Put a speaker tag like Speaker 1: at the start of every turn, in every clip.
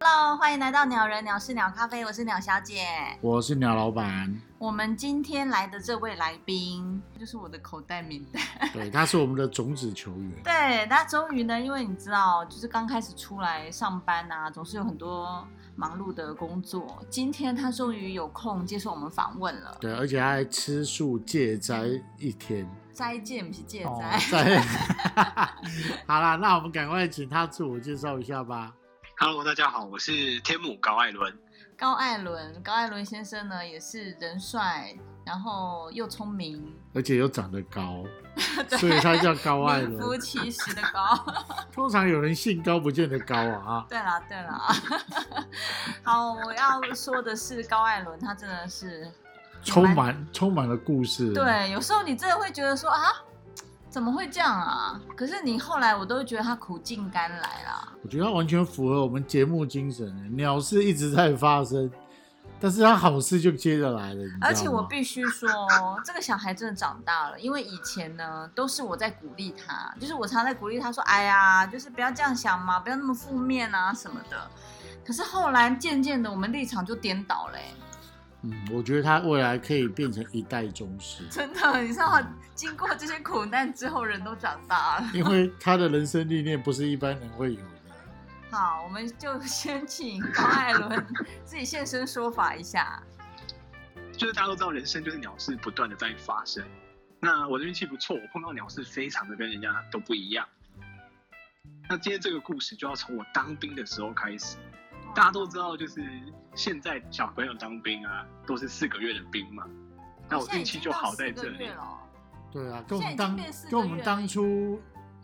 Speaker 1: Hello，欢迎来到鸟人鸟事鸟咖啡，我是鸟小姐。
Speaker 2: 我是鸟老板，
Speaker 1: 我们今天来的这位来宾就是我的口袋名单。
Speaker 2: 对，他是我们的种子球 员。
Speaker 1: 对，那终于呢，因为你知道，就是刚开始出来上班啊，总是有很多忙碌的工作。今天他终于有空接受我们访问了。
Speaker 2: 对，而且他还吃素戒斋一天。
Speaker 1: 斋戒不是戒
Speaker 2: 哦
Speaker 1: 斋，
Speaker 2: 在 好啦，那我们赶快请他自我介绍一下吧。
Speaker 3: Hello，大家好，我是天母高艾伦。
Speaker 1: 高艾伦，高艾伦先生呢也是人帅，然后又聪明，
Speaker 2: 而且又长得高，所以他叫高爱
Speaker 1: 名副
Speaker 2: 伦。
Speaker 1: 其实的高。
Speaker 2: 通常有人姓高不见得高啊。
Speaker 1: 对啦，对啦。 好，我要说的是高艾伦，他真的是
Speaker 2: 充满充满了故事。，
Speaker 1: 对，有时候你真的会觉得说啊，怎么会这样啊？可是你后来我都会觉得他苦尽甘来啦。
Speaker 2: 我觉得它完全符合我们节目精神欸。鸟事一直在发生，但是它好事就接着来了，你知道吗
Speaker 1: 而且我必须说，这个小孩真的长大了，因为以前呢都是我在鼓励他，就是我常在鼓励他说：“哎呀，就是不要这样想嘛，不要那么负面啊什么的。”可是后来渐渐的，我们立场就颠倒欸嘞、
Speaker 2: 嗯，我觉得它未来可以变成一代宗师，
Speaker 1: 真的，你知道，经过这些苦难之后，人都长大了。
Speaker 2: 因为它的人生历练不是一般人会有的。
Speaker 1: 好，我们就先请高艾伦自己现身说法一下。
Speaker 3: 就是大家都知道，人生就是鸟事不断的在发生。那我的运气不错，我碰到鸟事非常的跟人家都不一样。那今天这个故事就要从我当兵的时候开始。大家都知道，就是现在小朋友当兵啊，都是四个月的兵嘛。那我运气就好在
Speaker 1: 现
Speaker 3: 这
Speaker 1: 在已经到四个
Speaker 3: 里
Speaker 1: 月。了哦
Speaker 2: 对啊，跟我们
Speaker 1: 现在已经
Speaker 2: 当
Speaker 1: 变四个
Speaker 2: 跟我们
Speaker 1: 月了
Speaker 2: 当初，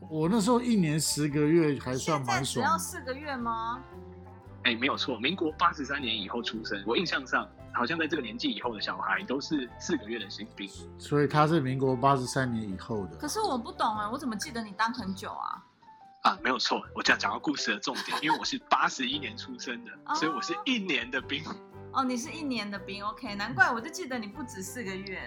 Speaker 2: 我那时候一年十个月还算
Speaker 1: 现在
Speaker 2: 蛮
Speaker 1: 只要
Speaker 2: 爽。
Speaker 1: 四个月吗？
Speaker 3: 哎、没有错，民国八十三年以后出生，我印象上好像在这个年纪以后的小孩都是四个月的新兵。
Speaker 2: 所以他是民国八十三年以后
Speaker 1: 可
Speaker 2: 的，
Speaker 1: 是我不懂哎、我怎么记得你当很久啊？
Speaker 3: 啊，没有错，我这样讲到故事的重点，因为我是八十一年出生的，所以我是一年的兵。
Speaker 1: 哦，你是一年的兵，OK，难怪我就记得你不止四个月。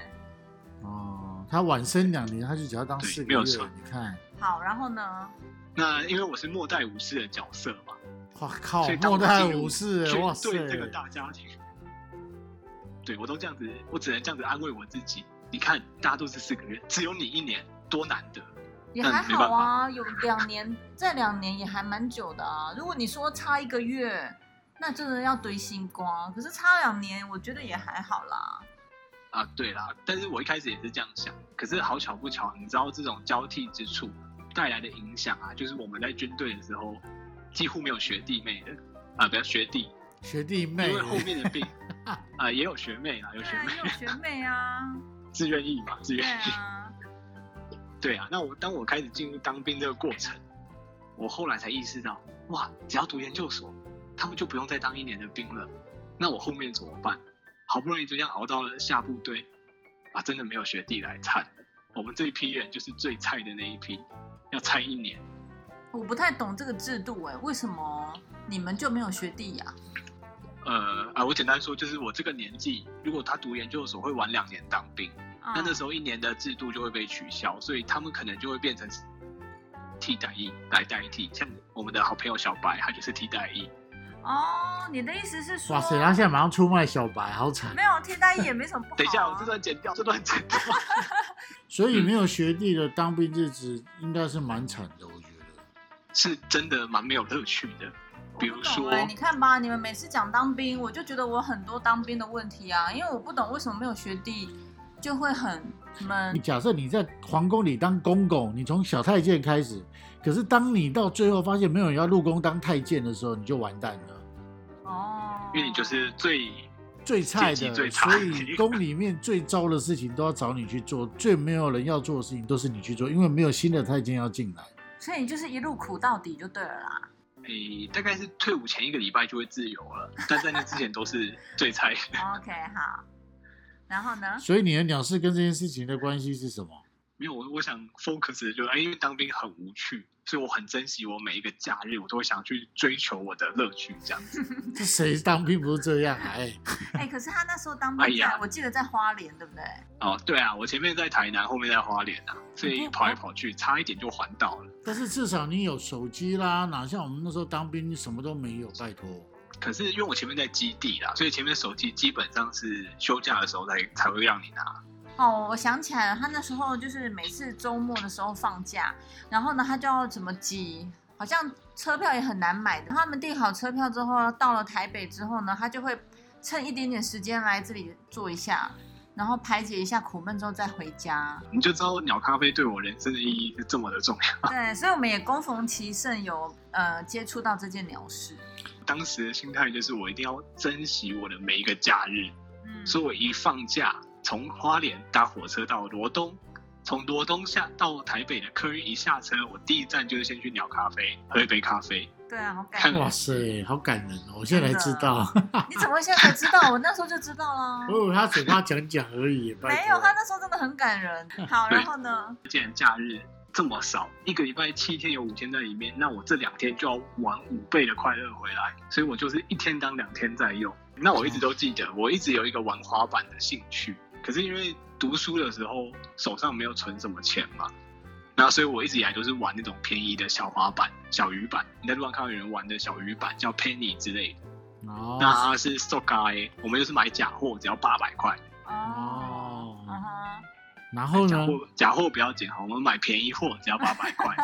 Speaker 2: 哦，他晚生两年，他就只要当
Speaker 3: 对
Speaker 2: 四
Speaker 3: 没
Speaker 2: 个
Speaker 3: 有
Speaker 2: 月
Speaker 3: 错，
Speaker 2: 你看，
Speaker 1: 好，然后呢？
Speaker 3: 那因为我是末代武士的角色嘛，
Speaker 2: 哇靠
Speaker 3: 所以，当
Speaker 2: 末
Speaker 3: 我
Speaker 2: 代
Speaker 3: 进入
Speaker 2: 武士
Speaker 3: 去
Speaker 2: 欸，哇塞，
Speaker 3: 对这个大家庭，对我都这样子，我只能这样子安慰我自己。你看，大家都是四个月，只有你一年，多难得。
Speaker 1: 也
Speaker 3: 那
Speaker 1: 还
Speaker 3: 没办
Speaker 1: 好啊，有两年，这两年也还蛮久的啊。如果你说差一个月，那真的要堆星光。可是差两年，我觉得也还好啦。
Speaker 3: 啊，对啦，但是我一开始也是这样想，可是好巧不巧，你知道这种交替之处带来的影响啊，就是我们在军队的时候几乎没有学弟妹的啊，不要学弟，
Speaker 2: 学弟妹欸
Speaker 3: 因为后面的兵啊也有学妹啦，有
Speaker 1: 对
Speaker 3: 学
Speaker 1: 啊，
Speaker 3: 妹
Speaker 1: 也有学妹 啊，
Speaker 3: 自愿意嘛，自
Speaker 1: 对
Speaker 3: 愿意。
Speaker 1: 啊，
Speaker 3: 对啊，那我当我开始进入当兵这个过程，我后来才意识到，哇，只要读研究所，他们就不用再当一年的兵了。那我后面怎么办？好不容易就这样熬到了下部队，啊，真的没有学弟来参，我们这一批人就是最菜的那一批，要参一年。
Speaker 1: 我不太懂这个制度哎、为什么你们就没有学弟啊呀、
Speaker 3: 呃啊，我简单说，就是我这个年纪，如果他读研究所会晚两年当兵，
Speaker 1: 啊？
Speaker 3: 那那时候一年的制度就会被取消，所以他们可能就会变成替代役来代替。像我们的好朋友小白，他就是替代役。
Speaker 1: 哦，你的意思是说，
Speaker 2: 哇塞，他现在马上出卖小白，好惨。
Speaker 1: 没有替代役也没什么不好、啊。
Speaker 3: 等一下，我这段剪掉，这段剪掉。
Speaker 2: 所以没有学弟的当兵日子应该是蛮惨的，我觉得。
Speaker 3: 是真的蛮没有乐趣的。比如
Speaker 1: 我不
Speaker 3: 说
Speaker 1: 懂，欸你看吧，你们每次讲当兵，我就觉得我很多当兵的问题啊，因为我不懂为什么没有学弟就会很闷
Speaker 2: 你。假设你在皇宫里当公公，你从小太监开始，可是当你到最后发现没有人要入宫当太监的时候，你就完蛋了。
Speaker 1: 哦，
Speaker 3: 因为你就是最
Speaker 2: 最菜
Speaker 3: 阶
Speaker 2: 的，
Speaker 3: 级最差
Speaker 2: 所以宫里面最糟的事情都要找你去做，最没有人要做的事情都是你去做，因为没有新的太监要进来。
Speaker 1: 所以你就是一路苦到底就对了 啦。
Speaker 3: 诶、大概是退伍前一个礼拜就会自由了，但在那之前都是最菜。
Speaker 1: OK，好。然后呢？
Speaker 2: 所以你的鸟事跟这件事情的关系是什么？
Speaker 3: 没有，我我想 focus 的就是，哎因为当兵很无趣，所以我很珍惜我每一个假日，我都会想去追求我的乐趣，这样子。
Speaker 2: 这谁当兵不是这样啊？哎，
Speaker 1: 哎，可是他那时候当
Speaker 3: 哎
Speaker 1: 兵
Speaker 3: 呀
Speaker 1: 在，我记得在花莲，对不对？
Speaker 3: 哦，对啊，我前面在台南，后面在花莲啊，所以
Speaker 2: 嗯
Speaker 3: 跑来跑去，差一点就环岛了。
Speaker 2: 但是至少你有手机啦，哪像我们那时候当兵什么都没有，拜托。
Speaker 3: 可是因为我前面在基地啦，所以前面手机基本上是休假的时候才才会让你拿。
Speaker 1: 哦，我想起来了，他那时候就是每次周末的时候放假，然后呢，他就要怎么挤，好像车票也很难买的。他们订好车票之后，到了台北之后呢，他就会趁一点点时间来这里坐一下，然后排解一下苦闷之后再回家。
Speaker 3: 你就知道鸟咖啡对我人生的意义是这么的重要。
Speaker 1: 对，所以我们也恭逢其盛有呃接触到这件鸟事。
Speaker 3: 当时的心态就是我一定要珍惜我的每一个假日，
Speaker 1: 嗯，
Speaker 3: 所以我一放假，从花莲搭火车到罗东，从罗东下到台北的客运一下车，我第一站就是先去鸟咖啡喝一杯咖啡。
Speaker 1: 对啊，好感
Speaker 3: 看
Speaker 1: 人。
Speaker 2: 哇塞，好感人哦！我现在才知道，
Speaker 1: 你怎么会现在才知道？我那时候就知道啦。
Speaker 2: 我以为他嘴巴讲讲而已，拜托
Speaker 1: 没有，他那时候真的很感人。好，
Speaker 3: 对
Speaker 1: 然后呢？
Speaker 3: 既然假日这么少，一个礼拜七天有五天在里面，那我这两天就要玩五倍的快乐回来，所以我就是一天当两天在用。那我一直都记得，我一直有一个玩滑板的兴趣，可是因为读书的时候手上没有存什么钱嘛，那所以我一直以来都是玩那种便宜的小滑板、小鱼板。你在路上看到有人玩的小鱼板叫 Penny 之类的，那
Speaker 2: 哦
Speaker 3: 它是 s o g a 我们就是买假货，只要八百块。
Speaker 1: 哦，嗯
Speaker 2: 哦，
Speaker 1: 哼。
Speaker 2: 然后
Speaker 3: 假
Speaker 2: 呢？
Speaker 3: 货假货不要捡好，我们买便宜货只要八百块。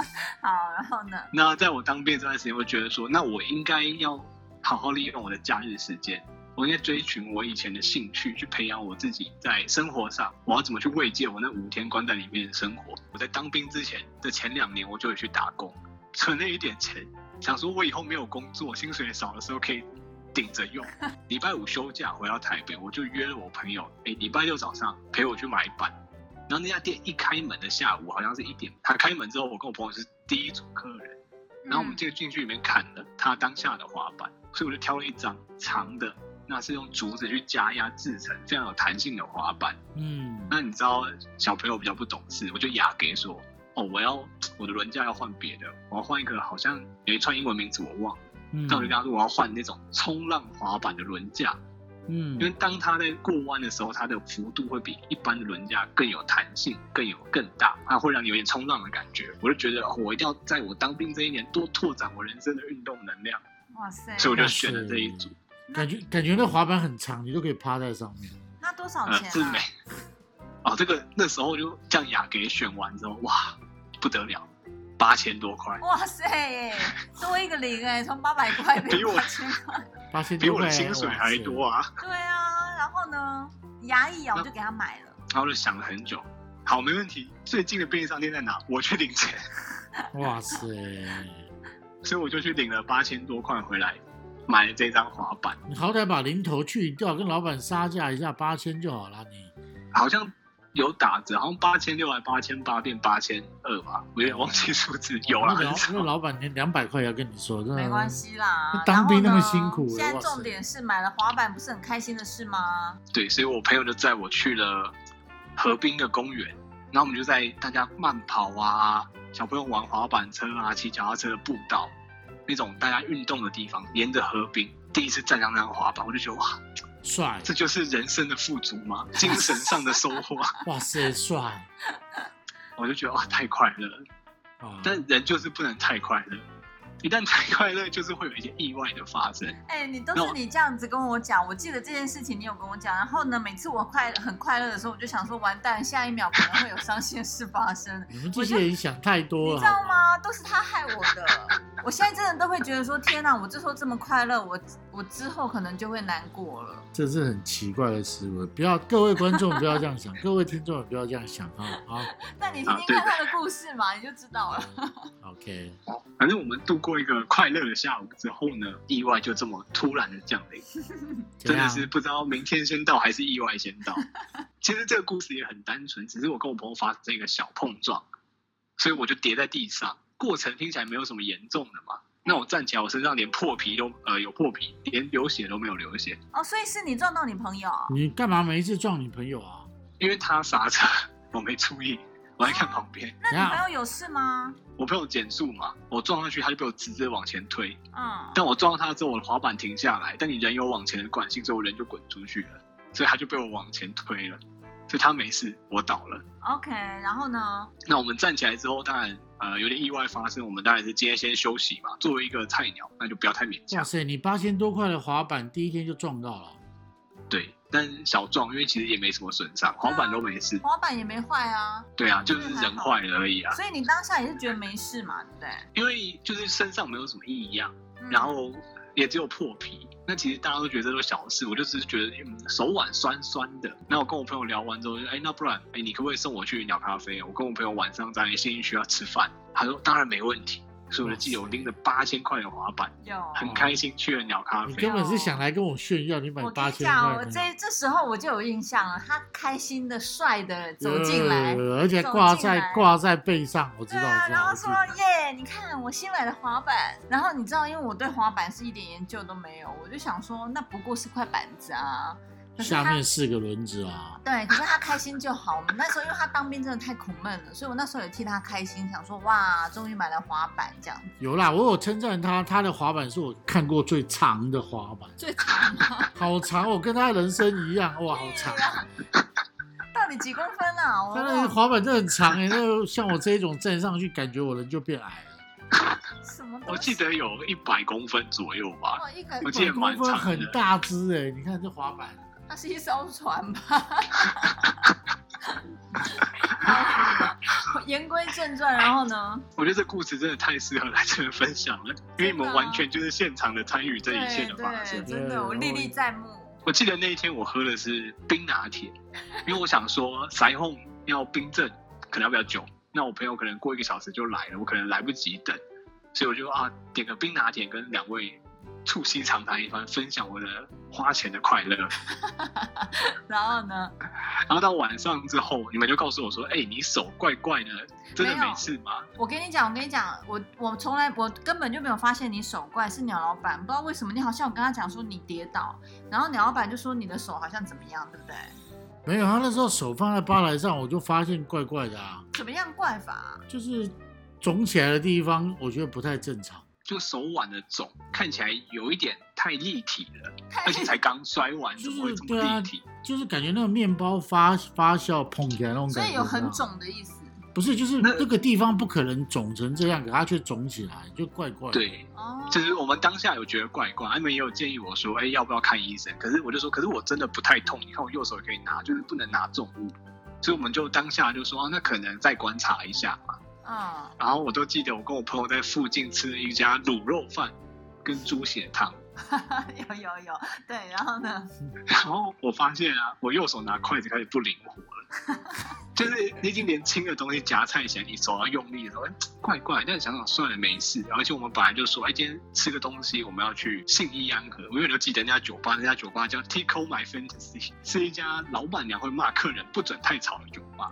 Speaker 1: 好，然后呢？
Speaker 3: 那在我当兵这段时间，我觉得说，那我应该要好好利用我的假日时间，我应该追寻我以前的兴趣，去培养我自己在生活上，我要怎么去慰藉我那五天关在里面的生活。我在当兵之前的前两年，我就有去打工，存了一点钱，想说我以后没有工作，薪水少的时候可以。顶着用，礼拜五休假回到台北，我就约了我朋友，哎、礼拜六早上陪我去买板，然后那家店一开门的下午好像是一点，他开门之后，我跟我朋友是第一组客人，然后我
Speaker 1: 嗯
Speaker 3: 们就进去里面看了他当下的滑板，所以我就挑了一张长的，那是用竹子去加压制成非常有弹性的滑板。
Speaker 2: 嗯，
Speaker 3: 那你知道小朋友比较不懂事，我就雅给说，哦，我要我的轮架要换别的，我要换一个好像有一串英文名字我忘了，
Speaker 2: 嗯
Speaker 3: 但我就跟他说我要换那种冲浪滑板的轮架，因为
Speaker 2: 嗯，
Speaker 3: 当它在过弯的时候，它的幅度会比一般的轮架更有弹性，更有更大，它会让你有点冲浪的感觉。我就觉得、哦我一定要在我当兵这一年多拓展我人生的运动能量，
Speaker 1: 哇塞，
Speaker 3: 所以我就选了这一组。
Speaker 2: 感觉感觉那滑板很长，你都可以趴在上面。
Speaker 1: 那多少
Speaker 3: 呃，
Speaker 1: 钱
Speaker 3: 自
Speaker 1: 啊
Speaker 3: 美。哦，这个那时候就这样雅给选完之后，哇，不得了，八千多块，
Speaker 1: 哇塞，多一个零 哎，从八百块变
Speaker 3: 比我
Speaker 1: 八千块。
Speaker 2: 八千
Speaker 3: 比
Speaker 2: 多
Speaker 3: 我
Speaker 2: 块，
Speaker 3: 的薪水还多
Speaker 2: 啊！
Speaker 3: 啊！
Speaker 1: 对啊，然后呢，牙一咬我就给他买了。
Speaker 3: 然后就想了很久，好，没问题，最近的便利商店在哪？我去领钱。
Speaker 2: 哇塞，
Speaker 3: 所以我就去领了八千多块回来，买了这张滑板。
Speaker 2: 你好歹把零头去掉，跟老板杀价一下八千就好了。你
Speaker 3: 好像有打折，好像八千六还八千八变八千二吧，我有点忘记数字，有啦，
Speaker 2: 那老
Speaker 3: 很
Speaker 2: 那
Speaker 3: 少。
Speaker 2: 老板连两百块也要跟你说，真的
Speaker 1: 没关。系啦
Speaker 2: 那，嗯当兵
Speaker 1: 然后呢
Speaker 2: 那么辛苦欸
Speaker 1: 现在
Speaker 2: 哇塞
Speaker 1: 重点是买了滑板，不是很开心的事吗？
Speaker 3: 对，所以我朋友就载我去了河滨的公园，然后我们就在大家慢跑啊，小朋友玩滑板车啊，骑脚踏车的步道，那种大家运动的地方，沿着河滨。第一次站上那张滑板，我就觉得哇，
Speaker 2: 帅，
Speaker 3: 这就是人生的富足吗？精神上的收获，啊
Speaker 2: 哇塞，帅
Speaker 3: 我就觉得哇，太快乐了。
Speaker 2: 啊！
Speaker 3: 但人就是不能太快乐，一旦太快乐，就是会有一些意外的发生。
Speaker 1: 哎，你都
Speaker 3: 那
Speaker 1: 是
Speaker 3: 我
Speaker 1: 你这样子跟我讲，我记得这件事情你有跟我讲。然后呢，每次我快很快乐的时候，我就想说，完蛋，下一秒可能会有伤心的事发生。
Speaker 2: 你们这些人想太多
Speaker 1: 你
Speaker 2: 了，
Speaker 1: 知道
Speaker 2: 好吗？
Speaker 1: 吗？都是他害我的。我现在真的都会觉得说，天哪！我这时候这么快乐，我我之后可能就会难过了。
Speaker 2: 这是很奇怪的思维，不要各位观众不要这样想，各位听众也不要这样想啊！好
Speaker 1: 那你听听看他的故事嘛，你就知道了。
Speaker 2: ，OK，
Speaker 3: 反正我们度过一个快乐的下午之后呢，意外就这么突然的降临，
Speaker 2: 怎
Speaker 3: 真的
Speaker 2: 样？
Speaker 3: 是不知道明天先到还是意外先 到。其实这个故事也很单纯，只是我跟我朋友发生一个小碰撞，所以我就跌在地上，过程听起来没有什么严重的嘛。那我站起来，我身上连破皮都呃有破皮，连流血都没有流血，
Speaker 1: 哦，所以是你撞到你朋友，
Speaker 2: 你干嘛每一次撞你朋友啊？
Speaker 3: 因为他刹车， 我没注意，我在看旁边，
Speaker 1: 那
Speaker 2: 等一
Speaker 1: 你
Speaker 2: 下
Speaker 1: 朋友有事吗？
Speaker 3: 我朋友减速嘛，我撞上去，他就被我直接往前推，
Speaker 1: 嗯，
Speaker 3: 但我撞到他之后，我的滑板停下来，但你人有往前的惯性，所以我人就滚出去了，所以他就被我往前推了，所以他没事，我倒了。
Speaker 1: OK，然后呢？
Speaker 3: 那我们站起来之后，当然呃有点意外发生，我们当然是今天先休息嘛。作为一个菜鸟，那就不要太勉
Speaker 2: 哇
Speaker 3: 强。
Speaker 2: 塞，你八千多块的滑板第一天就撞到了，
Speaker 3: 对，但小撞，因为其实也没什么损伤，滑板都没事。
Speaker 1: 滑板也没坏啊，
Speaker 3: 对啊，就是人坏了而已啊，
Speaker 1: 所以你当下也是觉得没事嘛，对不对？
Speaker 3: 因为就是身上没有什么异样，
Speaker 1: 嗯
Speaker 3: 然后也只有破皮。那其实大家都觉得这都小事，我就只是觉得嗯手腕酸酸的。那我跟我朋友聊完之后，就哎，那不然哎，你可不可以送我去鸟咖啡？啊我跟我朋友晚上在新义区要吃饭，他说当然没问题。所以我就记得我拎着八千块的滑板，
Speaker 1: 有。
Speaker 3: 很开心去了鸟咖
Speaker 2: 你
Speaker 3: 啡啊
Speaker 2: 根。本是想来跟我炫耀你买
Speaker 1: 哦我跟
Speaker 2: 八
Speaker 1: 你
Speaker 2: 千
Speaker 1: 讲，
Speaker 2: 块
Speaker 1: 我
Speaker 2: 的。
Speaker 1: 这这时候我就有印象了，他开心的、帅的走进来，
Speaker 2: 呃而且挂
Speaker 1: 走进
Speaker 2: 在
Speaker 1: 来
Speaker 2: 挂在背上，我知
Speaker 1: 对
Speaker 2: 道，
Speaker 1: 啊，
Speaker 2: 我知道
Speaker 1: 然后
Speaker 2: 我记
Speaker 1: 说
Speaker 2: 得
Speaker 1: 耶，你看我新买的滑板。然后你知道，因为我对滑板是一点研究都没有，我就想说那不过是块板子啊。可是
Speaker 2: 下
Speaker 1: 他
Speaker 2: 面四个轮子啊，
Speaker 1: 对，可是他开心就好。我们那时候因为他当兵真的太苦闷了，所以我那时候也替他开心，想说哇，终于买了滑板这样子。
Speaker 2: 有啦，我有称赞他，他的滑板是我看过最长的滑板，
Speaker 1: 最长吗？
Speaker 2: 好长，我跟他人生一样，哇，好长。
Speaker 1: 到底几公分啊？我
Speaker 2: 他那个
Speaker 1: 忘
Speaker 2: 滑板真的很长
Speaker 1: 哦
Speaker 2: 哎、那个像我这一种站上去，感觉我人就变矮了。
Speaker 1: 什么东西？
Speaker 3: 我记得有一百公分左右吧，
Speaker 1: 哇，一个
Speaker 3: 我记得蛮
Speaker 2: 公分
Speaker 3: 长
Speaker 2: 很
Speaker 3: 的。
Speaker 2: 大只哎、你看这滑板，
Speaker 1: 它是一艘船吧？ 言归正传，然后呢？
Speaker 3: 我觉得这故事真的太适合来这边分享了，因为你们完全就是现场的参与这
Speaker 1: 对
Speaker 3: 一切的发
Speaker 1: 对，
Speaker 3: 生。
Speaker 1: 真的我历历在目。
Speaker 3: 我记得那一天我喝的是冰拿铁，因为我想说腮红要冰镇，可能要比较久。那我朋友可能过一个小时就来了，我可能来不及等，所以我就啊点个冰拿铁跟两位促膝长谈一番，分享我的花钱的快乐。
Speaker 1: 然后呢？
Speaker 3: 然后到晚上之后，你们就告诉我说：“哎、你手怪怪的，真的
Speaker 1: 没有
Speaker 3: 没事吗
Speaker 1: 我跟你讲，我跟你讲，我我从来我根本就没有发现你手怪，是鸟老板不知道为什么，你好像有跟他讲说你跌倒，然后鸟老板就说你的手好像怎么样，对不对？
Speaker 2: 没有，他那时候手放在吧台上，我就发现怪怪的啊，
Speaker 1: 怎么样怪法啊、
Speaker 2: 就是肿起来的地方，我觉得不太正常。？”
Speaker 3: 就手腕的肿看起来有一点太立体了，
Speaker 1: 太
Speaker 3: 而且才刚摔完，
Speaker 2: 就
Speaker 3: 怎
Speaker 2: 是
Speaker 3: 么会这么立体？
Speaker 2: 就是感觉那个面包发发酵捧起来那种
Speaker 1: 所
Speaker 2: 感觉，
Speaker 1: 以有很
Speaker 2: 你知道吗，
Speaker 1: 肿的意思。
Speaker 2: 不是，就是
Speaker 3: 那
Speaker 2: 那个地方不可能肿成这样，可它却肿起来，就怪怪的。，
Speaker 3: 对，
Speaker 1: 哦，
Speaker 3: 就是我们当下有觉得怪怪，他们也有建议我说：“哎、要不要看医生？”可是我就说：“可是我真的不太痛，你看我右手也可以拿，就是不能拿重物。”所以我们就当下就说：“啊，那可能再观察一下嘛。
Speaker 1: 嗯”，
Speaker 3: 然后我都记得我跟我朋友在附近吃了一家卤肉饭跟猪血汤。
Speaker 1: 有有有，对，然后呢？
Speaker 3: 然后我发现啊，我右手拿筷子开始不灵活了， 就是你已经连轻的东西夹菜起来，你手要用力的时候，哎怪怪。但想想算了，没事。而且我们本来就说，哎，今天吃个东西，我们要去信义安和。我永远都记得那家酒吧，那家酒吧叫 Tico My Fantasy，是 一家老板娘会骂客人不准太吵的酒吧。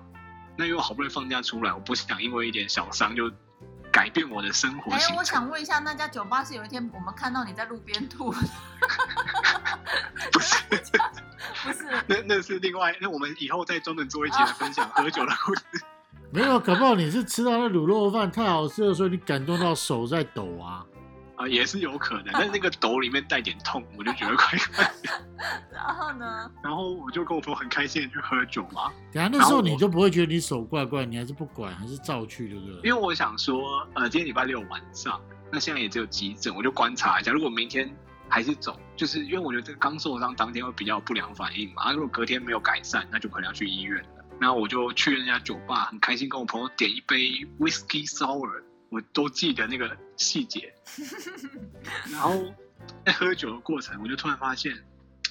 Speaker 3: 那因为我好不容易放假出来，我不想因为一点小伤就改变我的生活
Speaker 1: 哎、
Speaker 3: 行
Speaker 1: 我
Speaker 3: 程，
Speaker 1: 想问一下，那家酒吧是有一天我们看到你在路边吐的，
Speaker 3: 不是。
Speaker 1: 不是？
Speaker 3: 那那是另外，那我们以后再专门做一集来分 享喝酒的故事。
Speaker 2: 没有，搞不好你是吃到那卤肉饭太好吃了，所以你感动到手在抖啊。
Speaker 3: 啊，也是有可能，但是那个抖里面带点痛，我就觉得怪怪。
Speaker 1: 然后呢？
Speaker 3: 然后我就跟我朋友很开心的去喝酒嘛，
Speaker 2: 等下那时候你就不会觉得你手怪怪，你还是不管，还是照去，对不对？
Speaker 3: 因为我想说，呃，今天礼拜六晚上，那现在也只有急诊，我就观察一下，如果明天还是肿，就是因为我觉得这个刚受伤当天会比较有不良反应嘛，啊，如果隔天没有改善，那就可能要去医院了。那我就去人家酒吧，很开心跟我朋友点一杯 whiskey sour，我都记得那个 细节。然后在喝酒的过程，我就突然发现，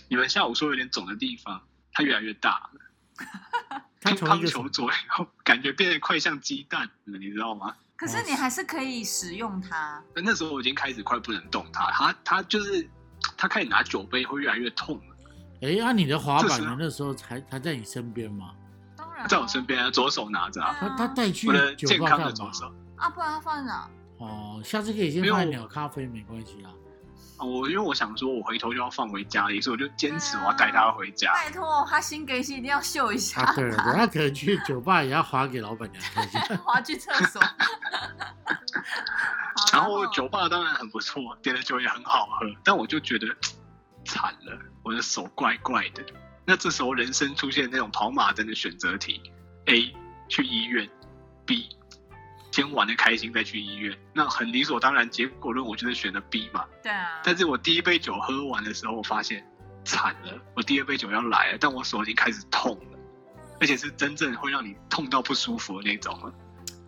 Speaker 3: 你们下午说有点肿的地方，它越来越大了，
Speaker 2: 他
Speaker 3: 乒
Speaker 2: 从一
Speaker 3: 乓
Speaker 2: 个
Speaker 3: 球左右，感觉变得快像鸡蛋了，你知道吗？
Speaker 1: 可是你
Speaker 3: 哦
Speaker 1: 还是可以使用它。
Speaker 3: 那时候我已经开始快不能动它，它它就是它开始拿酒杯会越来越痛了，
Speaker 2: 哎，啊，你的滑板
Speaker 3: 这是
Speaker 2: 呢
Speaker 3: 啊？
Speaker 2: 那时候还还在你身边吗？
Speaker 1: 当然、
Speaker 3: 在我身。边，左手拿着、啊，
Speaker 2: 他他带去
Speaker 3: 我的
Speaker 2: 酒
Speaker 3: 健
Speaker 2: 吧
Speaker 3: 康的
Speaker 2: 干嘛
Speaker 3: 左？手，
Speaker 1: 啊，不然它放在哪？
Speaker 2: 哦，下次可以先
Speaker 3: 没有
Speaker 2: 放在鸟咖啡，没关系啊。
Speaker 3: 啊我因为我想说，我回头就要放回家里，所以我就坚持我要带他回家。
Speaker 1: 拜托，他新给戏一定要秀一下
Speaker 2: 啊，，对了，等下可能去酒吧也要划给老板娘看一下。
Speaker 1: 滑去厕 所。好
Speaker 3: 然
Speaker 1: 哦
Speaker 3: 后酒吧当然很不错，点的酒也很好喝，但我就觉得惨了，我的手怪怪的。那这时候人生出现那种跑马灯的选择题：A 去医院，B 先玩的开心再去医院。那很理所当然，结果论我就是选了 B 嘛。
Speaker 1: 对啊，
Speaker 3: 但是我第一杯酒喝完的时候，我发现惨了，我第二杯酒要来了，但我手已经开始痛了，而且是真正会让你痛到不舒服的那种了。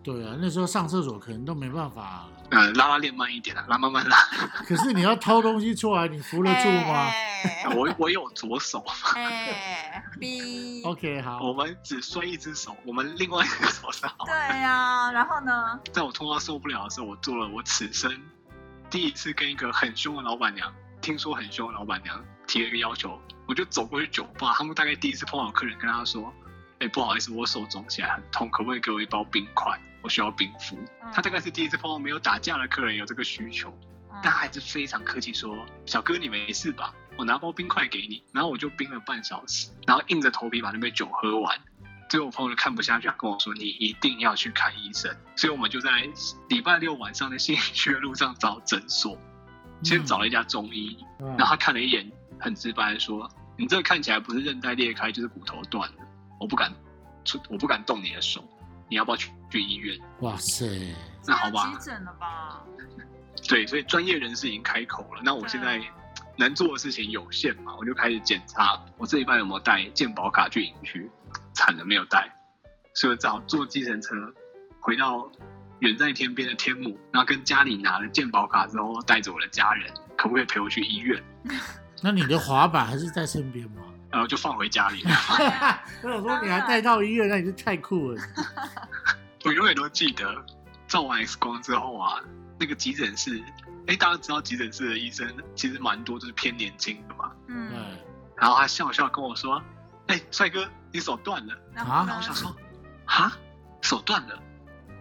Speaker 2: 对啊，那时候上厕所可能都没办法、啊
Speaker 3: 呃，拉拉链慢一点啊，拉慢慢拉。
Speaker 2: 可是你要掏东西出来，你扶得住吗
Speaker 1: 哎
Speaker 3: 我我有左手，
Speaker 1: 哎，B，
Speaker 2: ？OK，好，
Speaker 3: 我们只摔一只手，我们另外一只手是好的。
Speaker 1: 对呀，然后呢？
Speaker 3: 在我痛到受不了的时候，我做了我此生第一次跟一个很凶的老板娘，听说很凶的老板娘提了一个要求，我就走过去酒吧，他们大概第一次碰到客人，跟他说：“哎、不好意思，我手肿起来很痛，可不可以给我一包冰块？我需要冰敷。”
Speaker 1: 嗯
Speaker 3: 他大概是第一次碰到没有打架的客人有这个需求，
Speaker 1: 嗯
Speaker 3: 但他还是非常客气说：“小哥，你没事吧？我拿包冰块给你。”然后我就冰了半小时，然后硬着头皮把那杯酒喝完。最后我朋友就看不下去，他跟我说：“你一定要去看医生。”所以我们就在礼拜六晚上的新区的路上找诊所，先找了一家中医，
Speaker 2: 嗯
Speaker 3: 然后他看了一眼，很直白的说：“你这个看起来不是韧带裂开，就是骨头断了，我不敢出，我不敢动你的手，你要不要去去医院？”
Speaker 2: 哇塞，
Speaker 3: 那好吧
Speaker 1: 这要急诊了吧？啊
Speaker 3: 对，所以专业人士已经开口了。那我现
Speaker 1: 嗯
Speaker 3: 在能做的事情有限嘛，我就开始检查我这一半有没有带健保卡去营区，惨了没有带，所以我只好坐计程车回到远在天边的天母，然后跟家里拿了健保卡之后，带着我的家人，可不可以陪我去医院？
Speaker 2: 那你的滑板还是在身边 吗？
Speaker 3: 然后就放回家里了。
Speaker 2: 我想说你还带到医院，那你是太酷了。
Speaker 3: 我永远都记得，照完 X 光之后啊，那个急诊室，哎，大家知道急诊室的医生其实蛮多，就是偏年轻的嘛。
Speaker 1: 嗯，
Speaker 2: 对，
Speaker 3: 然后他笑笑跟我说：“哎、帅哥，你手断了。
Speaker 1: 然后
Speaker 2: 啊
Speaker 1: 呢
Speaker 3: 我想说：“啊，手断了？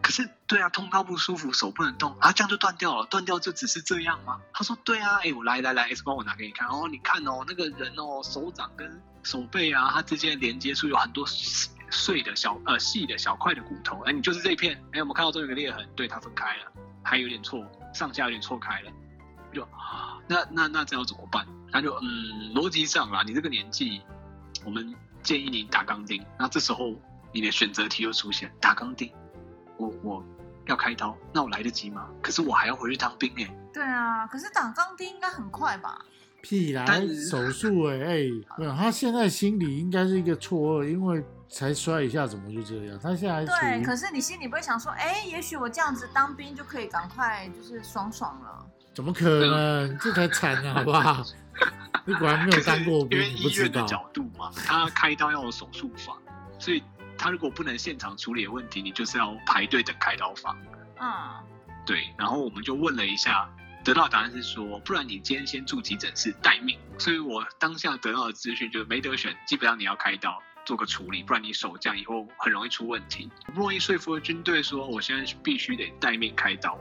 Speaker 3: 可是对啊，痛到不舒服，手不能动啊，这样就断掉了。断掉就只是这样吗？”他说：“对啊，哎、我来来来，X 光我拿给你看。哦，你看哦，那个人哦，手掌跟手背啊，它之间的连接处有很多细碎的小呃细的小块的骨头。哎、你就是这一片。哎、我们看到这有个裂痕，对，它分开了，还有点错，上下有点错开了。”我就啊那那那这要怎么办？他就嗯，逻辑上啊，你这个年纪，我们建议你打钢钉。那这时候你的选择题又出现，打钢钉，我我要开刀，那我来得及吗？可是我还要回去当兵哎、
Speaker 1: 对啊，可是打钢钉应该很快吧？
Speaker 2: 屁啦，
Speaker 3: 但
Speaker 2: 手术哎哎，没有，他现在心里应该是一个错愕，因为才摔一下，怎么就这样？他现在还
Speaker 1: 对，
Speaker 2: 处
Speaker 1: 可
Speaker 2: 于
Speaker 1: 是你心里不会想说，哎，也许我这样子当兵就可以赶快就是爽爽了。
Speaker 2: 怎么可能？这才惨啊呢，好不 好？你果然没
Speaker 3: 可
Speaker 2: 有
Speaker 3: 是
Speaker 2: 当过
Speaker 3: 因
Speaker 2: 兵
Speaker 3: 为，
Speaker 2: 你不
Speaker 3: 医
Speaker 2: 知
Speaker 3: 院的
Speaker 2: 道。
Speaker 3: 角度嘛，他开刀要有手术房，所以他如果不能现场处理的问题，你就是要排队等开刀房。
Speaker 1: 嗯，
Speaker 3: 对，然后我们就问了一下，得到的答案是说，不然你今天先住急诊室待命。所以我当下得到的资讯就是没得选，基本上你要开刀做个处理，不然你手这样以后很容易出问题。我不容易说服了军队说，我现在必须得待命开刀。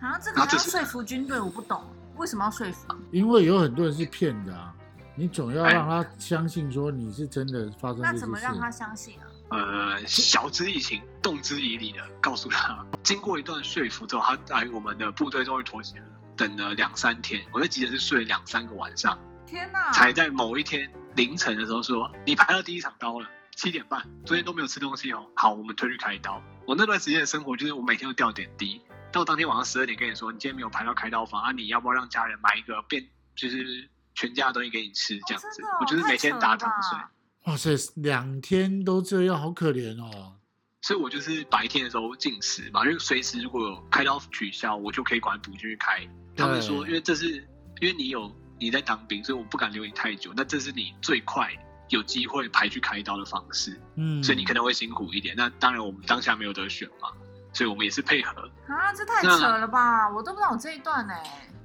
Speaker 1: 啊，这个还
Speaker 3: 然后这
Speaker 1: 要
Speaker 3: 是
Speaker 1: 说服军队，我不懂为什么要说服。
Speaker 2: 因为有很多人是骗的啊，你总
Speaker 3: 哎
Speaker 2: 要让他相信说你是真的发生
Speaker 1: 那
Speaker 2: 这
Speaker 1: 怎
Speaker 2: 些
Speaker 1: 么让他
Speaker 2: 事。
Speaker 1: 相信啊？
Speaker 3: 呃，晓之以情，动之以理的告诉他。经过一段说服之后，他来我们的部队终于妥协了。等了两三天，我在急诊室睡了两三个晚上，
Speaker 1: 天哪！
Speaker 3: 才在某一天凌晨的时候说：“你排到第一场刀了，七点半，昨天都没有吃东西哦。”好，我们推去开刀。我那段时间的生活就是我每天都吊点滴，到当天晚上十二点跟你说：“你今天没有排到开刀房啊，你要不要让家人买一个便，就是全家的东西给你吃？”这样
Speaker 1: 哦
Speaker 3: 子，
Speaker 1: 真的哦
Speaker 3: 我就是每天打躺
Speaker 1: 太扯
Speaker 3: 睡
Speaker 1: 了吧，
Speaker 2: 哇塞，两天都这样，好可怜哦。
Speaker 3: 所以我就是白天的时候进食嘛，因为随时如果有开刀取消，我就可以管补进去开。他们说，
Speaker 2: 对
Speaker 3: 因为这是因为你有你在当兵，所以我不敢留你太久，那这是你最快有机会排去开刀的方式。
Speaker 2: 嗯，
Speaker 3: 所以你可能会辛苦一点。那当然，我们当下没有得选嘛，所以我们也是配合。
Speaker 1: 啊，这太扯了吧！我都不知道我这一段呢、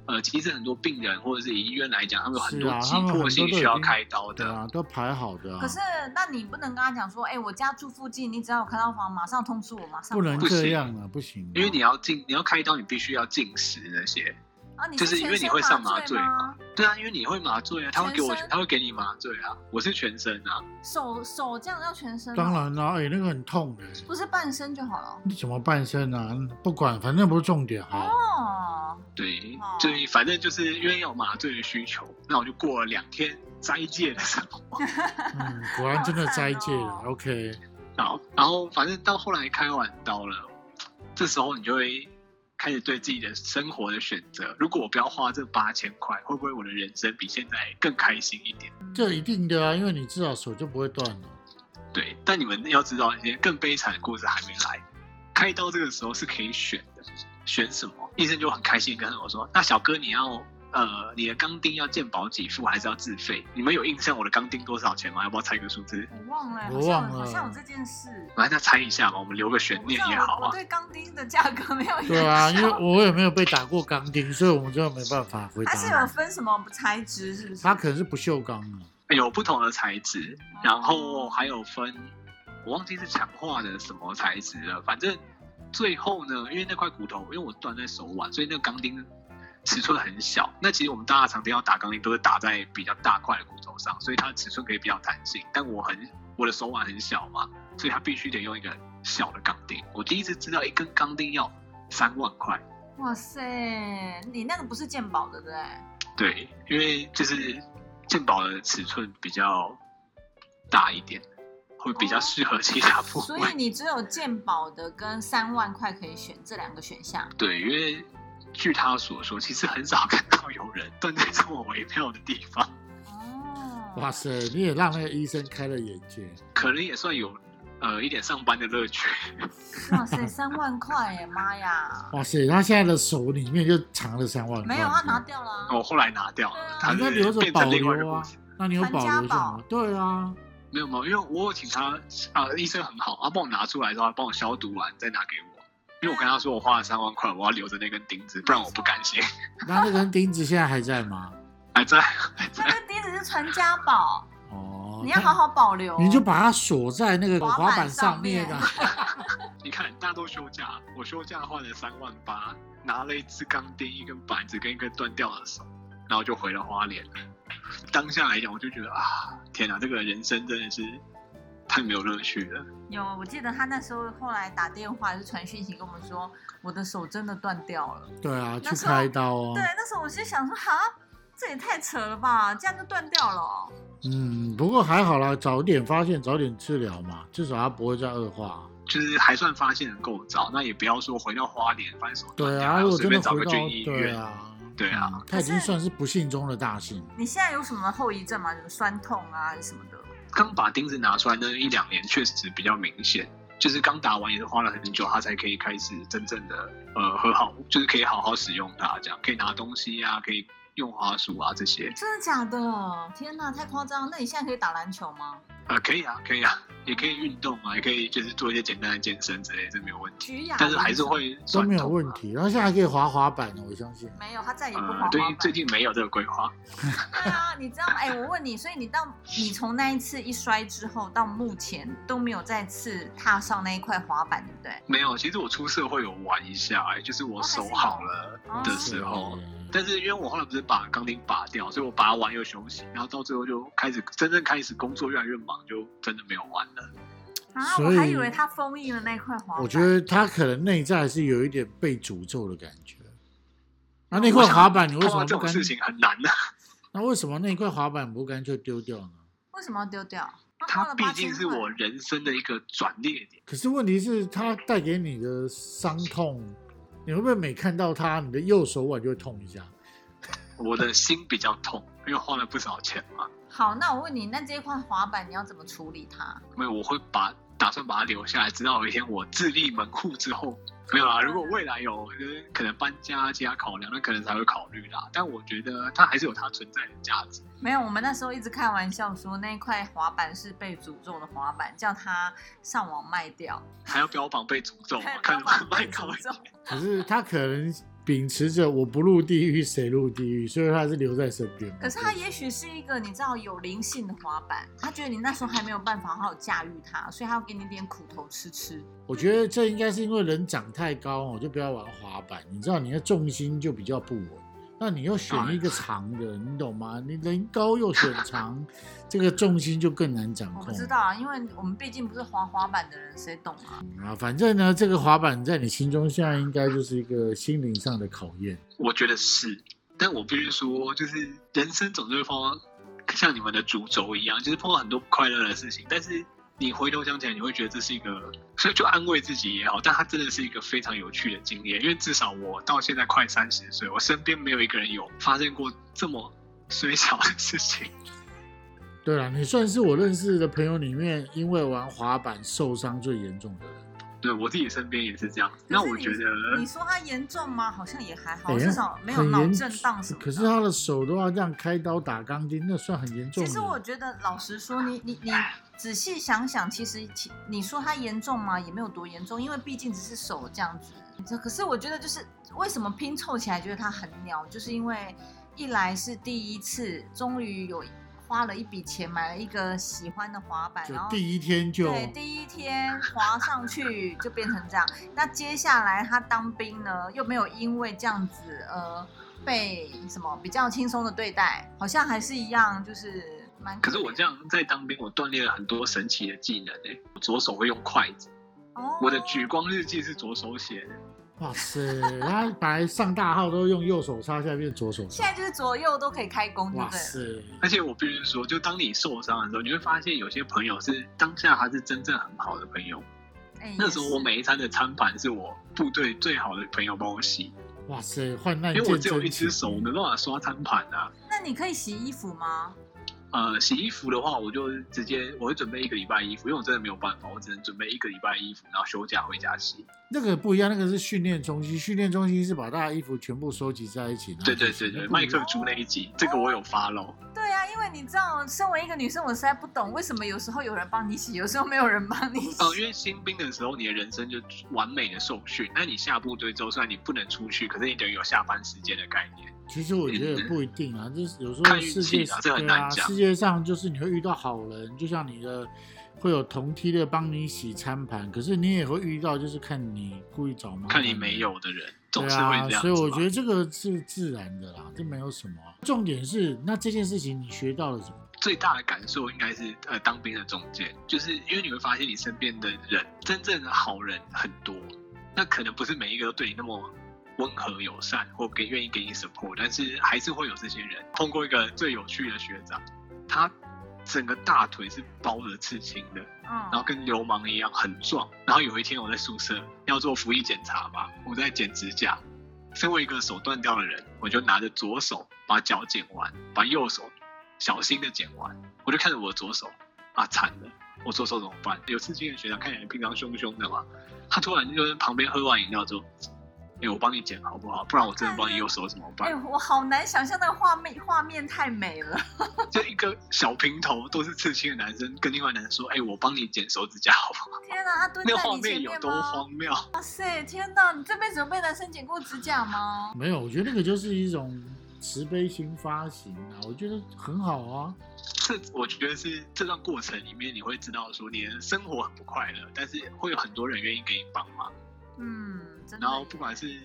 Speaker 3: 呃，其实很多病人或者是以医院来讲，他们有很
Speaker 2: 是
Speaker 3: 多
Speaker 2: 啊
Speaker 3: 急
Speaker 2: 他们很
Speaker 3: 迫
Speaker 2: 多
Speaker 3: 性
Speaker 2: 都已
Speaker 3: 需要
Speaker 2: 经
Speaker 3: 开刀
Speaker 2: 对
Speaker 3: 的。
Speaker 2: 啊，都排好的、啊。
Speaker 1: 可是，那你不能跟他讲说，哎、我家住附近，你只要有看到房，马上通知我，马上
Speaker 2: 不能
Speaker 3: 不
Speaker 2: 这
Speaker 3: 行
Speaker 2: 样啊，不行啊，
Speaker 3: 因为你要进，你要开刀，你必须要进食那些。
Speaker 1: 啊！你
Speaker 3: 就是因为
Speaker 1: 全身
Speaker 3: 你会上麻醉
Speaker 1: 醉
Speaker 3: 嘛
Speaker 1: 吗？
Speaker 3: 对啊，因为你会麻醉啊，他会给我
Speaker 1: 全身，
Speaker 3: 他会给你麻醉啊。我是全身啊，
Speaker 1: 手手这样要全身、哦
Speaker 2: 当，然啦、哎、那个很痛的、
Speaker 1: 不是半身就好了。
Speaker 2: 你怎么半身啊？不管，反正不是重点啊。
Speaker 1: 哦，
Speaker 3: 对
Speaker 1: 哦，
Speaker 3: 所以反正就是因为有麻醉的需求，那我就过了两天斋戒的生活。
Speaker 2: 嗯，果然真的斋戒了
Speaker 1: 好。惨哦
Speaker 2: OK，
Speaker 3: 然后，然后反正到后来开完刀了，这时候你就会开始对自己的生活的选择。如果我不要花这八千块，会不会我的人生比现在更开心一点？
Speaker 2: 这一定的啊，因为你至少手就不会断 了。
Speaker 3: 对，但你们要知道，一些更悲惨的故事还没来。开刀这个时候是可以选的，选什么？医生就很开心地跟我说：“那小哥，你要呃，你的钢钉要健保给付还是要自费？你们有印象我的钢钉多少钱吗？要不要猜个数字？
Speaker 1: 我忘了，
Speaker 2: 我
Speaker 1: 好像
Speaker 2: 忘了
Speaker 1: 好像有这件事。
Speaker 3: 来，那猜一下嘛，我们留个悬
Speaker 1: 我不知
Speaker 3: 念
Speaker 1: 道
Speaker 3: 也好
Speaker 1: 我我
Speaker 3: 啊。
Speaker 1: 对钢钉的价格没有印象。
Speaker 2: 对啊，因为我也没有被打过钢钉，所以我们真的没办法 回
Speaker 1: 它是有
Speaker 3: 啊
Speaker 2: 答你。
Speaker 1: 分什么材质，是不是？
Speaker 2: 它可能是不锈钢啊，
Speaker 3: 哎有不同的材质，然后还有分，我忘记是强化的什么材质了。反正最后呢，因为那块骨头，因为我断在手腕，所以那个钢钉尺寸很小。那其实我们大家常听到打钢钉都是打在比较大块的骨头上，所以它的尺寸可以比较弹性。但我很我的手腕很小嘛，所以它必须得用一个小的钢钉。我第一次知道一根钢钉要三万块。
Speaker 1: 哇塞，你那个不是鉴宝的，对不对？
Speaker 3: 对，因为就是鉴宝的尺寸比较大一点，会比较适合其他部
Speaker 1: 哦所
Speaker 3: 位。
Speaker 1: 以你只有鉴宝的跟三万块可以选这两个选项。
Speaker 3: 对，因为据他所说，其实很少看到有人蹲在这么微妙的地方，
Speaker 1: 哦，
Speaker 2: 哇塞，你也让那个医生开了眼界。
Speaker 3: 可能也算有呃一点上班的乐趣。
Speaker 1: 哇塞，三万块耶，妈呀！
Speaker 2: 哇塞，他现在的手里面就藏了三万块。
Speaker 1: 没有，他拿掉了啊。
Speaker 2: 哦
Speaker 3: 我后来拿掉了，他
Speaker 2: 你
Speaker 3: 是
Speaker 2: 应该留着
Speaker 3: 变
Speaker 2: 保
Speaker 3: 成另外一个
Speaker 2: 留
Speaker 3: 故
Speaker 2: 啊
Speaker 3: 事。，
Speaker 2: 那你有保留着吗？对啊，
Speaker 3: 没有没有，因为我有请他啊、医生很好，他帮我拿出来之后，他帮我消毒完再拿给我。因为我跟他说我花了三万块，我要留着那根钉子，不然我不甘心。
Speaker 2: 那那根钉子现在还在吗？
Speaker 3: 还在还在
Speaker 1: 那。个钉子是传家宝，
Speaker 2: 哦，
Speaker 1: 你要好好保留。
Speaker 2: 你就把它锁在那个
Speaker 1: 滑
Speaker 2: 滑
Speaker 1: 板
Speaker 2: 板
Speaker 1: 上
Speaker 2: 上面
Speaker 1: 面
Speaker 2: 啊。
Speaker 3: 你看，大家都休假，我休假换了三万八，拿了一支钢钉、一根板子跟一根断掉的手，然后就回了花莲。当下来讲，我就觉得啊，天哪，这个人生真的是太没有乐趣了。
Speaker 1: 有，我记得他那时候后来打电话还是传讯息跟我们说，我的手真的断掉了。
Speaker 2: 对啊，
Speaker 1: 那
Speaker 2: 去
Speaker 1: 时候
Speaker 2: 开刀哦
Speaker 1: 对。，那时候我就想说，哈，这也太扯了吧，这样就断掉了哦、
Speaker 2: 嗯，不过还好啦，早点发现，早点治疗嘛，至少它不会再恶化。
Speaker 3: 就是还算发现的够早，那也不要说回到花莲，反正手断
Speaker 2: 对
Speaker 3: 掉
Speaker 2: 啊，
Speaker 3: 然
Speaker 2: 如
Speaker 3: 后
Speaker 2: 果
Speaker 3: 随
Speaker 2: 真
Speaker 3: 便
Speaker 2: 的
Speaker 3: 找
Speaker 2: 回
Speaker 3: 个
Speaker 2: 到
Speaker 3: 军医
Speaker 2: 对
Speaker 3: 院。
Speaker 2: 啊，
Speaker 3: 对啊
Speaker 2: 嗯它已
Speaker 1: 可
Speaker 2: 经
Speaker 1: 是
Speaker 2: 算是不幸中的大幸。
Speaker 1: 你现在有什么后遗症吗？什么酸痛啊，还是什么的？
Speaker 3: 刚把钉子拿出来那一两年，确实比较明显。就是刚打完也是花了很久，它才可以开始真正的呃和好，就是可以好好使用它，这样可以拿东西啊，可以用滑鼠啊这些。
Speaker 1: 真的假的？天哪，太夸张！那你现在可以打篮球吗？
Speaker 3: 啊，可以啊，可以啊，也可以运动啊，也可以就是做一些简单的健身之类，这没有 问题。
Speaker 1: 举哑铃
Speaker 3: 但是还是会
Speaker 2: 都
Speaker 3: 酸痛啊
Speaker 2: 没有问。题，然后现在还可以滑滑板呢，我相信。
Speaker 1: 没有，他再也不滑滑
Speaker 3: 呃，
Speaker 1: 板。
Speaker 3: 最近最近没有这个规划。
Speaker 1: 对啊，你知道吗？哎、我问你，所以你到你从那一次一摔之后到目前都没有再次踏上那一块滑板，对不对？
Speaker 3: 没有，其实我出社会有玩一下、哎，就是我
Speaker 1: 哦还是
Speaker 3: 手
Speaker 1: 有
Speaker 3: 好了
Speaker 1: 哦
Speaker 3: 的时候。
Speaker 2: 对
Speaker 3: 但是因为我后来不是把钢钉拔掉，所以我拔完又休息，然后到最后就开始真正开始工作越来越忙，就真的没有玩了。
Speaker 1: 啊，
Speaker 2: 所
Speaker 1: 我
Speaker 2: 以
Speaker 1: 还以为他封印了那块滑板。
Speaker 2: 我觉得他可能内在是有一点被诅咒的感觉。那那
Speaker 3: 哦我
Speaker 2: 块
Speaker 3: 想
Speaker 2: 滑板你为
Speaker 3: 碰
Speaker 2: 什么
Speaker 3: 到这
Speaker 2: 不
Speaker 3: 种
Speaker 2: 干？
Speaker 3: 事情很难的、
Speaker 2: 那为什么那块滑板不干脆丢掉呢？
Speaker 1: 为什么要丢掉？花
Speaker 3: 它
Speaker 1: 了
Speaker 3: 毕
Speaker 1: 八千
Speaker 3: 竟
Speaker 1: 块
Speaker 3: 是我人生的一个转捩点。
Speaker 2: 可是问题是，它带给你的伤痛，你会不会每看到它，你的右手腕就会痛一下？
Speaker 3: 我的心比较痛，因为花了不少钱嘛。
Speaker 1: 好，那我问你，那这一块滑板你要怎么处理它？
Speaker 3: 没有，我会把打算把它留下来，直到有一天我自立门户之后，没有啦。如果未来有就是可能搬家其他考量，那可能才会考虑啦。但我觉得它还是有它存在的价值。
Speaker 1: 没有，我们那时候一直开玩笑说那一块滑板是被诅咒的滑板，叫他上网卖掉。
Speaker 3: 还要标榜被诅咒嘛，
Speaker 1: 看
Speaker 3: 啊看
Speaker 1: 老板被
Speaker 3: 卖
Speaker 1: 诅
Speaker 3: 高一
Speaker 1: 咒
Speaker 3: 点。
Speaker 2: 可是它可能秉持着我不入地狱谁入地狱，所以他是留在身边嘛。
Speaker 1: 可是他也许是一个你知道有灵性的滑板，他觉得你那时候还没有办法好好驾驭它，所以他要给你点苦头吃吃。
Speaker 2: 我觉得这应该是因为人长太高哦，就不要玩滑板。你知道你的重心就比较不稳，那你又选一个长的，你懂吗？你人高又选长，这个重心就更难掌
Speaker 1: 我
Speaker 2: 控
Speaker 1: 不。知道啊，因为我们毕竟不是滑滑板的人，谁懂啊？
Speaker 2: 啊，反正呢，这个滑板在你心中现在应该就是一个心灵上的考验。
Speaker 3: 我觉得是，但我必须说，就是人生总是会碰到像你们的主轴一样，就是碰到很多不快乐的事情，但是你回头想起来，你会觉得这是一个，所以就安慰自己也好，但它真的是一个非常有趣的经验，因为至少我到现在快三十岁，我身边没有一个人有发生过这么虽小的事情。
Speaker 2: 对了，你算是我认识的朋友里面，因为玩滑板受伤最严重的人。
Speaker 3: 对我自己身边也是这样，那我觉得
Speaker 1: 你说他严重吗？好像也还好，
Speaker 2: 哎呀
Speaker 1: 至少没有
Speaker 2: 很
Speaker 1: 脑
Speaker 2: 严
Speaker 1: 震荡什么的。
Speaker 2: 可是他的手都要这样开刀打钢筋，那算很严重的。
Speaker 1: 其实我觉得，老实说，你你你仔细想想，其实其你说它严重吗？也没有多严重，因为毕竟只是手这样子。这可是我觉得，就是为什么拼凑起来觉得它很鸟，就是因为一来是第一次，终于有花了一笔钱买了一个喜欢的滑板，
Speaker 2: 就
Speaker 1: 然后
Speaker 2: 第一天就
Speaker 1: 哦对，第一天滑上去就变成这样。那接下来他当兵呢，又没有因为这样子呃被什么比较轻松的对待，好像还是一样，就是蛮怜。
Speaker 3: 可是我这样在当兵，我锻炼了很多神奇的技能诶、我左手会用筷子，
Speaker 1: 哦，
Speaker 3: 我的举光日记是左手写的。
Speaker 2: 哇塞，他本来上大号都用右手插，现在变左手
Speaker 1: 现
Speaker 2: 插。
Speaker 1: 在就是左右都可以开工，对
Speaker 2: 哇
Speaker 1: 不对？
Speaker 2: 塞，
Speaker 3: 而且我必须说，就当你受伤的时候，你会发现有些朋友是当下他是真正很好的朋友。
Speaker 1: 哎
Speaker 3: 那时候
Speaker 1: 也是
Speaker 3: 我每一餐的餐盘是我部队最好的朋友帮我洗，
Speaker 2: 哇塞，患难
Speaker 3: 因为我
Speaker 2: 见
Speaker 3: 只有一
Speaker 2: 真
Speaker 3: 只
Speaker 2: 情。
Speaker 3: 手，我没办法刷餐盘啊。
Speaker 1: 那你可以洗衣服吗？
Speaker 3: 呃，洗衣服的话，我就直接我会准备一个礼拜衣服，因为我真的没有办法，我只能准备一个礼拜衣服，然后休假回家洗。
Speaker 2: 那个不一样，那个是训练中心，训练中心是把大家衣服全部收集在一起。然后
Speaker 3: 对对
Speaker 2: 就是
Speaker 3: 对对，
Speaker 2: 那不一
Speaker 3: 麦
Speaker 2: 样
Speaker 3: 克猪那一集，这个我有发漏。
Speaker 1: 对啊，因为你知道，身为一个女生，我实在不懂为什么有时候有人帮你洗，有时候没有人帮你洗。
Speaker 3: 哦，因为新兵的时候，你的人生就完美的受训。那你下部队之后，虽然你不能出去，可是你等于有下班时间的概念。
Speaker 2: 其实我觉得也不一定啊，就是有时候
Speaker 3: 看运
Speaker 2: 世界
Speaker 3: 气啦这很
Speaker 2: 对
Speaker 3: 难
Speaker 2: 啊，
Speaker 3: 讲
Speaker 2: 世界上就是你会遇到好人，就像你的会有同梯的帮你洗餐盘，可是你也会遇到就是看你故意找麻烦，
Speaker 3: 看你没有的人，总
Speaker 2: 嗯对
Speaker 3: 是会这样子嘛、
Speaker 2: 啊。所以我觉得这个是自然的啦，这没有什么啊、重点是，那这件事情你学到了什么？
Speaker 3: 最大的感受应该是呃，当兵的中间，就是因为你会发现你身边的人，真正的好人很多，那可能不是每一个都对你那么。温和友善，或给愿意给你 support，但是还是会有这些人。碰过一个最有趣的学长，他整个大腿是包着刺青的，然后
Speaker 1: 嗯，
Speaker 3: 跟流氓一样很壮。然后有一天我在宿舍要做服役检查嘛，我在剪指甲。身为一个手断掉的人，我就拿着左手把脚剪完，把右手小心的剪完。我就看着我的左手，啊惨了，我左手怎么办？有刺青的学长看起来平常凶凶的嘛，他突然就在旁边喝完饮料之后，哎、我帮你剪好不好？不然我真的不知道你右手怎么
Speaker 1: 哎、
Speaker 3: 办。
Speaker 1: 我好难想象那个画面，画面太美了。
Speaker 3: 就一个小平头都是刺青的男生跟另外男生说，哎、我帮你剪手指甲好不好？
Speaker 1: 天哪，他蹲
Speaker 3: 那
Speaker 1: 在
Speaker 3: 个画
Speaker 1: 你前
Speaker 3: 面有
Speaker 1: 面
Speaker 3: 多
Speaker 1: 吗？
Speaker 3: 荒谬？
Speaker 1: 哇塞，天哪！你这辈子有被男生剪过指甲吗？
Speaker 2: 没有，我觉得那个就是一种慈悲心发行啊，我觉得很好啊。
Speaker 3: 这我觉得是这段过程里面，你会知道说你的生活很不快乐，但是会有很多人愿意给你帮忙。
Speaker 1: 嗯，真的
Speaker 3: 然。后不管是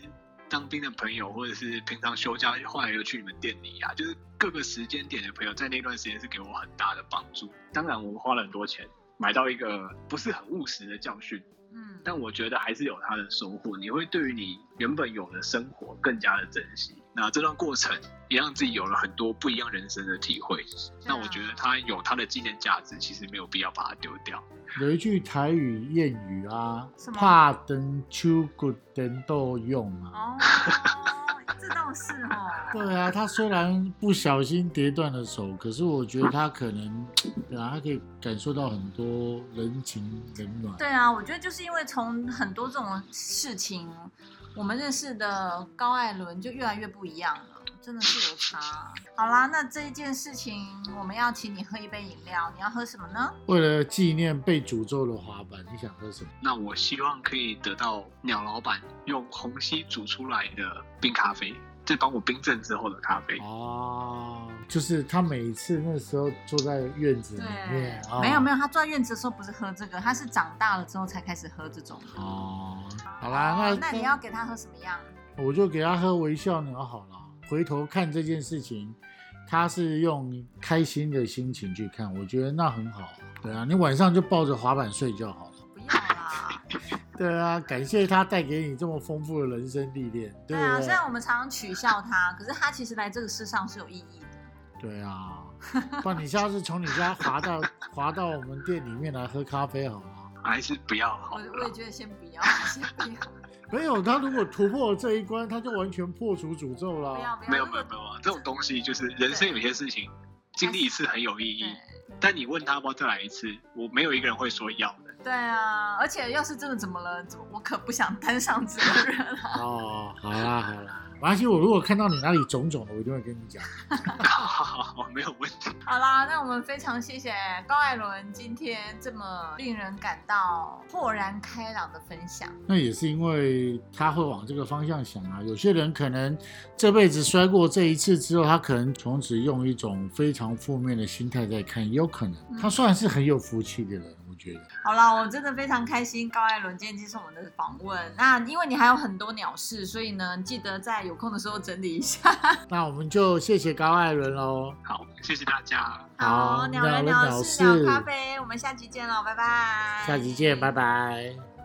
Speaker 3: 当兵的朋友，或者是平常休假后来又去你们店里啊，就是各个时间点的朋友，在那段时间是给我很大的帮助。当然，我们花了很多钱买到一个不是很务实的教训，
Speaker 1: 嗯，
Speaker 3: 但我觉得还是有它的收获。你会对于你原本有的生活更加的珍惜。那这段过程也让自己有了很多不一样人生的体会。
Speaker 1: 嗯
Speaker 3: 那
Speaker 1: 啊
Speaker 3: 我觉得它有它的纪念价值，其实没有必要把它丢掉。
Speaker 2: 有一句台语谚语啊
Speaker 1: 什，么
Speaker 2: 怕等秋骨等豆用啊。
Speaker 1: 哦，这倒是哦。
Speaker 2: 对啊，他虽然不小心跌断了手，可是我觉得他可能，对啊，他可以感受到很多人情冷暖。
Speaker 1: 对啊，我觉得就是因为从很多这种事情，我们认识的高艾伦就越来越不一样了。真的是有差啊。好啦，那这一件事情，我们要请你喝一杯饮料，你要喝什么呢？
Speaker 2: 为了纪念被诅咒的滑板，你想喝什么？
Speaker 3: 那我希望可以得到鸟老板用虹吸煮出来的冰咖啡，再帮我冰镇之后的咖啡。
Speaker 2: 哦，就是他每一次那时候坐在院子里面，哦、
Speaker 1: 没有没有，他坐在院子的时候不是喝这个，他是长大了之后才开始喝这种的。
Speaker 2: 哦，好啦，
Speaker 1: 那你要给他喝什么样？
Speaker 2: 我就给他喝微笑鸟好了。回头看这件事情，他是用开心的心情去看，我觉得那很好。对啊，你晚上就抱着滑板睡就好了。
Speaker 1: 不要啦。
Speaker 2: 对啊，感谢他带给你这么丰富的人生历练，对
Speaker 1: 对啊，
Speaker 2: 不
Speaker 1: 虽
Speaker 2: 对？
Speaker 1: 然我们常常取笑他，可是他其实来这个世上是有意义的。
Speaker 2: 对啊，不然你下次从你家滑到 滑到我们店里面来喝咖啡好吗？
Speaker 3: 还是不要好
Speaker 1: 我
Speaker 3: 了
Speaker 1: 我也
Speaker 3: 啦。
Speaker 1: 觉得先不要，先不 要，
Speaker 2: 没有，他如果突破这一关，他就完全破除诅咒了。
Speaker 1: 不要，不要。
Speaker 3: 没有
Speaker 1: 如
Speaker 3: 没
Speaker 1: 果
Speaker 3: 有没有啊，这种东西就是人生有些事情经历一次很有意义，
Speaker 1: 对
Speaker 3: 但你问他要不要再来一次，我没有一个人会说要的。
Speaker 1: 对啊，而且要是真的怎么了，怎么我可不想担上责任啊。
Speaker 2: 哦，好啦好啦，没关系，我如果看到你哪里肿肿的，我一定会跟你讲。
Speaker 3: 好好好，没有问题。
Speaker 1: 好啦，那我们非常谢谢高艾伦今天这么令人感到豁然开朗的分享。
Speaker 2: 那也是因为他会往这个方向想啊。有些人可能这辈子摔过这一次之后，他可能从此用一种非常负面的心态在看，也有可能
Speaker 1: 嗯。
Speaker 2: 他算是很有福气的人，我觉得。
Speaker 1: 好啦，我真的非常开心，高艾伦今天接受我们的访问。那因为你还有很多鸟事，所以呢，记得在有空的时候整理一下。
Speaker 2: 那我们就谢谢高艾伦喽，
Speaker 3: 好，谢谢大家。
Speaker 2: 好
Speaker 1: 鸟人
Speaker 2: 鸟人
Speaker 1: 鸟
Speaker 2: 鸟
Speaker 1: 事鸟
Speaker 2: 事
Speaker 1: 咖啡，我们下期见喽，拜拜。
Speaker 2: 下期见，拜。拜。